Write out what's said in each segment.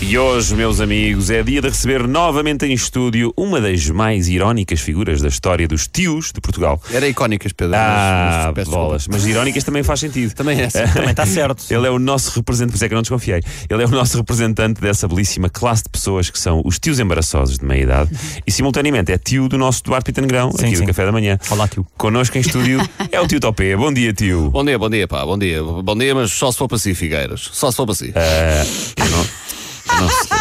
E hoje, meus amigos, é dia de receber novamente em estúdio uma das mais irónicas figuras da história dos tios de Portugal. Era icónicas, Pedro. mas- Ah, mas peço bolas. Mas irónicas também faz sentido. Também é, sim, também está certo. Ele é o nosso representante, por isso é que eu não desconfiei. Ele é o nosso representante dessa belíssima classe de pessoas que são os tios embaraçosos de meia idade e, simultaneamente, é tio do nosso Duarte Pitanegrão, aqui do Café da Manhã. Olá, tio. Connosco em estúdio é o tio Topé. Bom dia, tio. Bom dia, bom dia, pá, bom dia. Bom dia, mas só se for para si, Figueiras. Só se for para si. Eu não, eu não sou,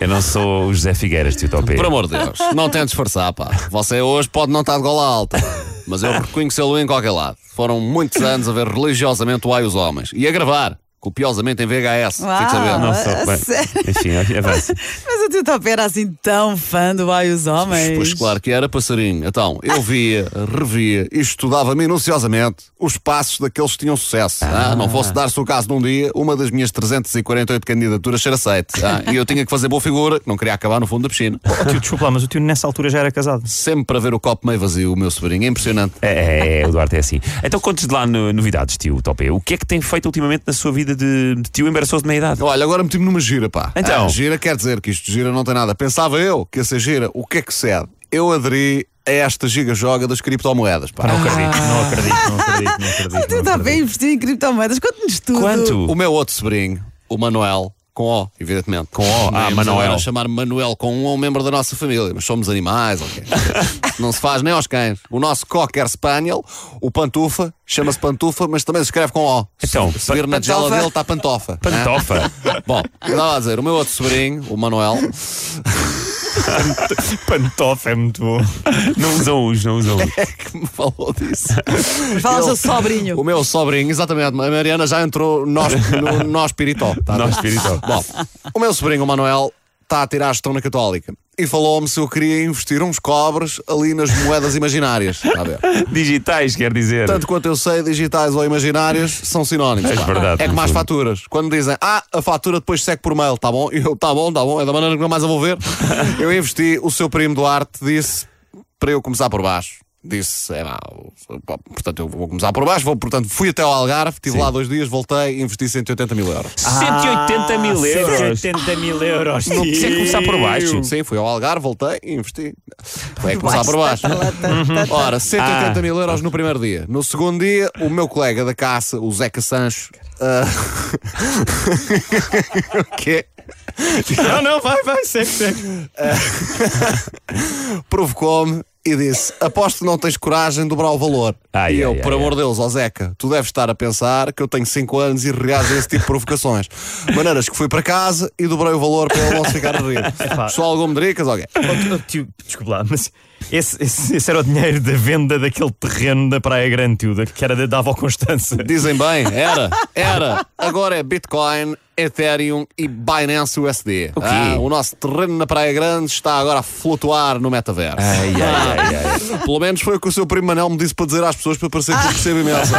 eu não sou o José Figueiras, tio Topé. Por amor de Deus, não tente disfarçar, pá. Você hoje pode não estar de gola alta, mas eu reconhecê-lo em qualquer lado. Foram muitos anos a ver religiosamente o Ai os Homens e a gravar, copiosamente em VHS. Fique Uau. sabendo. Não sou. Ah, bem, sério? enfim, é avança. Mas o teu top era assim tão fã do Ai os Homens. Pois claro que era passarinho. Então, eu via, revia e estudava minuciosamente os passos daqueles que tinham sucesso. Ah, não fosse dar-se o caso num dia, uma das minhas 348 candidaturas ser aceite. Ah, e eu tinha que fazer boa figura, que não queria acabar no fundo da piscina. Oh, tio, desculpa lá, mas o tio nessa altura já era casado. Sempre para ver o copo meio vazio, o meu sobrinho. É impressionante. É, é, é, o Duarte é assim. Então contes de lá no- novidades, tio Topé. O que é que tem feito ultimamente na sua vida de, de tio embaraçoso de meia-idade? Olha, agora meti-me numa gira, pá. Então? Ah, gira quer dizer que isto de gira não tem nada. Pensava eu que essa gira, o que é que cede? Eu aderi a esta giga-joga das criptomoedas, pá. Ah. Não acredito, não acredito, não acredito, não acredito. O teu não top é acredito. investir em criptomoedas. Conta-nos tudo. Quanto? O meu outro sobrinho, o Manuel, com O, evidentemente. Com O, ah, Manuel. chamar Manuel com um, é um membro da nossa família, mas somos animais, ok? Não se faz nem aos cães. O nosso Cocker Spaniel, o Pantufa, chama-se Pantufa, mas também se escreve com O. Então, se vir na Pantofa. tigela dele está Pantofa. Pantofa. Ah? Bom, estava a dizer, o meu outro sobrinho, o Manuel, Pantofa é muito bom. não usam os, não usam os. é que me falou disso. Fala Ele- ao sobrinho. O meu sobrinho, exatamente. A Mariana já entrou nós, no nós piritó. Tá Nó bem? espiritó. Bom, o meu sobrinho, o Manuel, está a tirar a gestão na Católica. E falou-me se eu queria investir uns cobres ali nas moedas imaginárias. Está a ver? Digitais, quer dizer. Tanto quanto eu sei, digitais ou imaginárias são sinónimos. É pá. verdade, É no como as fundo. faturas. Quando dizem, ah, a fatura depois segue por mail, tá bom? E Eu, tá bom, tá bom, é da maneira que não mais a vou ver. eu investi, o seu primo Duarte disse para eu começar por baixo. Disse, é mau. Portanto, eu vou começar por baixo. Vou, portanto, fui até ao Algarve, estive lá dois dias, voltei e investi 180 mil euros. Ah, 180 mil euros. 180 Ah, mil euros. Não precisa começar por baixo. Sim, fui ao Algarve, voltei e investi. Foi começar por baixo. tá, Ora, Ah. 180 mil euros no primeiro dia. No segundo dia, o meu colega da caça, o Zeca Sancho. ah, o quê? Não, não, vai, vai, segue, segue. Provocou-me e disse: Aposto que não tens coragem de dobrar o valor. Ai, e eu, ai, por ai, amor de Deus, ó Zeca, tu deves estar a pensar que eu tenho 5 anos e reajo a esse tipo de provocações. Maneiras que fui para casa e dobrei o valor para ele não se ficar a rir. Epá. Só alguma dicas? Ok. Oh, oh, tio, desculpa lá, mas esse, esse- esse era o dinheiro da venda daquele terreno da Praia Grande, tio, da- que era da Dava Constança. Dizem bem, era, era. Agora é Bitcoin, Ethereum e Binance USD. O, quê? Ah, o nosso terreno na Praia Grande está agora a flutuar no metaverso. Ah, Pelo menos foi o que o seu primo Manel me disse para dizer às pessoas para parecer que eu percebo imenso.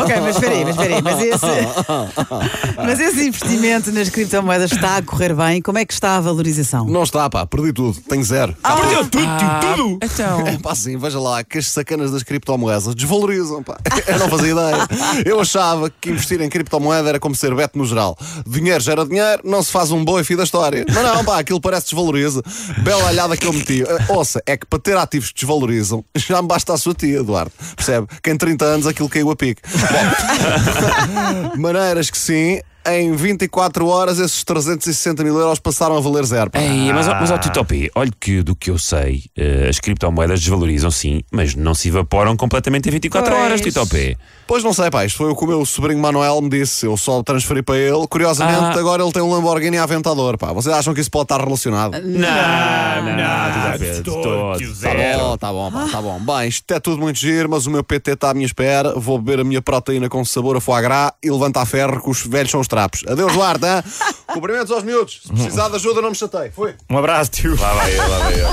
Ok, mas espera aí, mas espera aí. Mas esse... mas esse investimento nas criptomoedas está a correr bem. Como é que está a valorização? Não está, pá, perdi tudo, tenho zero. Tá Ah, Perdeu tudo, Ah, tio, tudo! Então, É pá, assim, veja lá, que as sacanas das criptomoedas desvalorizam, pá. Eu não fazia ideia. Eu achava que investir em criptomoeda era como ser beto no geral. Dinheiro gera dinheiro, não se faz um boi fim da história. Mas não, pá, aquilo parece que desvaloriza. Bela olhada que eu meti. Eh, Ouça, é que para ter ativos que desvalorizam, já me basta a sua tia, Eduardo. Percebe? Que em 30 anos aquilo caiu a pique. Bom, maneiras que sim. Em 24 horas, esses 360 mil euros passaram a valer zero. pá. Ei, mas, ó- mas ó, tio Topé, olha que do que eu sei, eh, as criptomoedas desvalorizam sim, mas não se evaporam completamente em 24 Pois. horas, tio Topé. Pois não sei, pá, isto foi o que o meu sobrinho Manuel me disse. Eu só transferi para ele. Curiosamente, Ah. agora ele tem um Lamborghini Aventador, pá. Vocês acham que isso pode estar relacionado? Não, não, não, de tio todo, Topé. tio de Zé. todo. Tá bom, tá bom, pá, tá bom. Bem, isto é tudo muito giro, mas o meu PT está à minha espera. Vou beber a minha proteína com sabor a foie gras e levanta a ferro que os velhos são os trapos. Adeus, Duarte, hã? Cumprimentos aos miúdos. Se precisar de ajuda, não me chatei. Fui. Um abraço, tio. Lá vai eu, lá vai eu.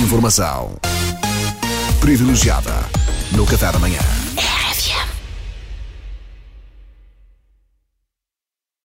Informação privilegiada no Qatar amanhã.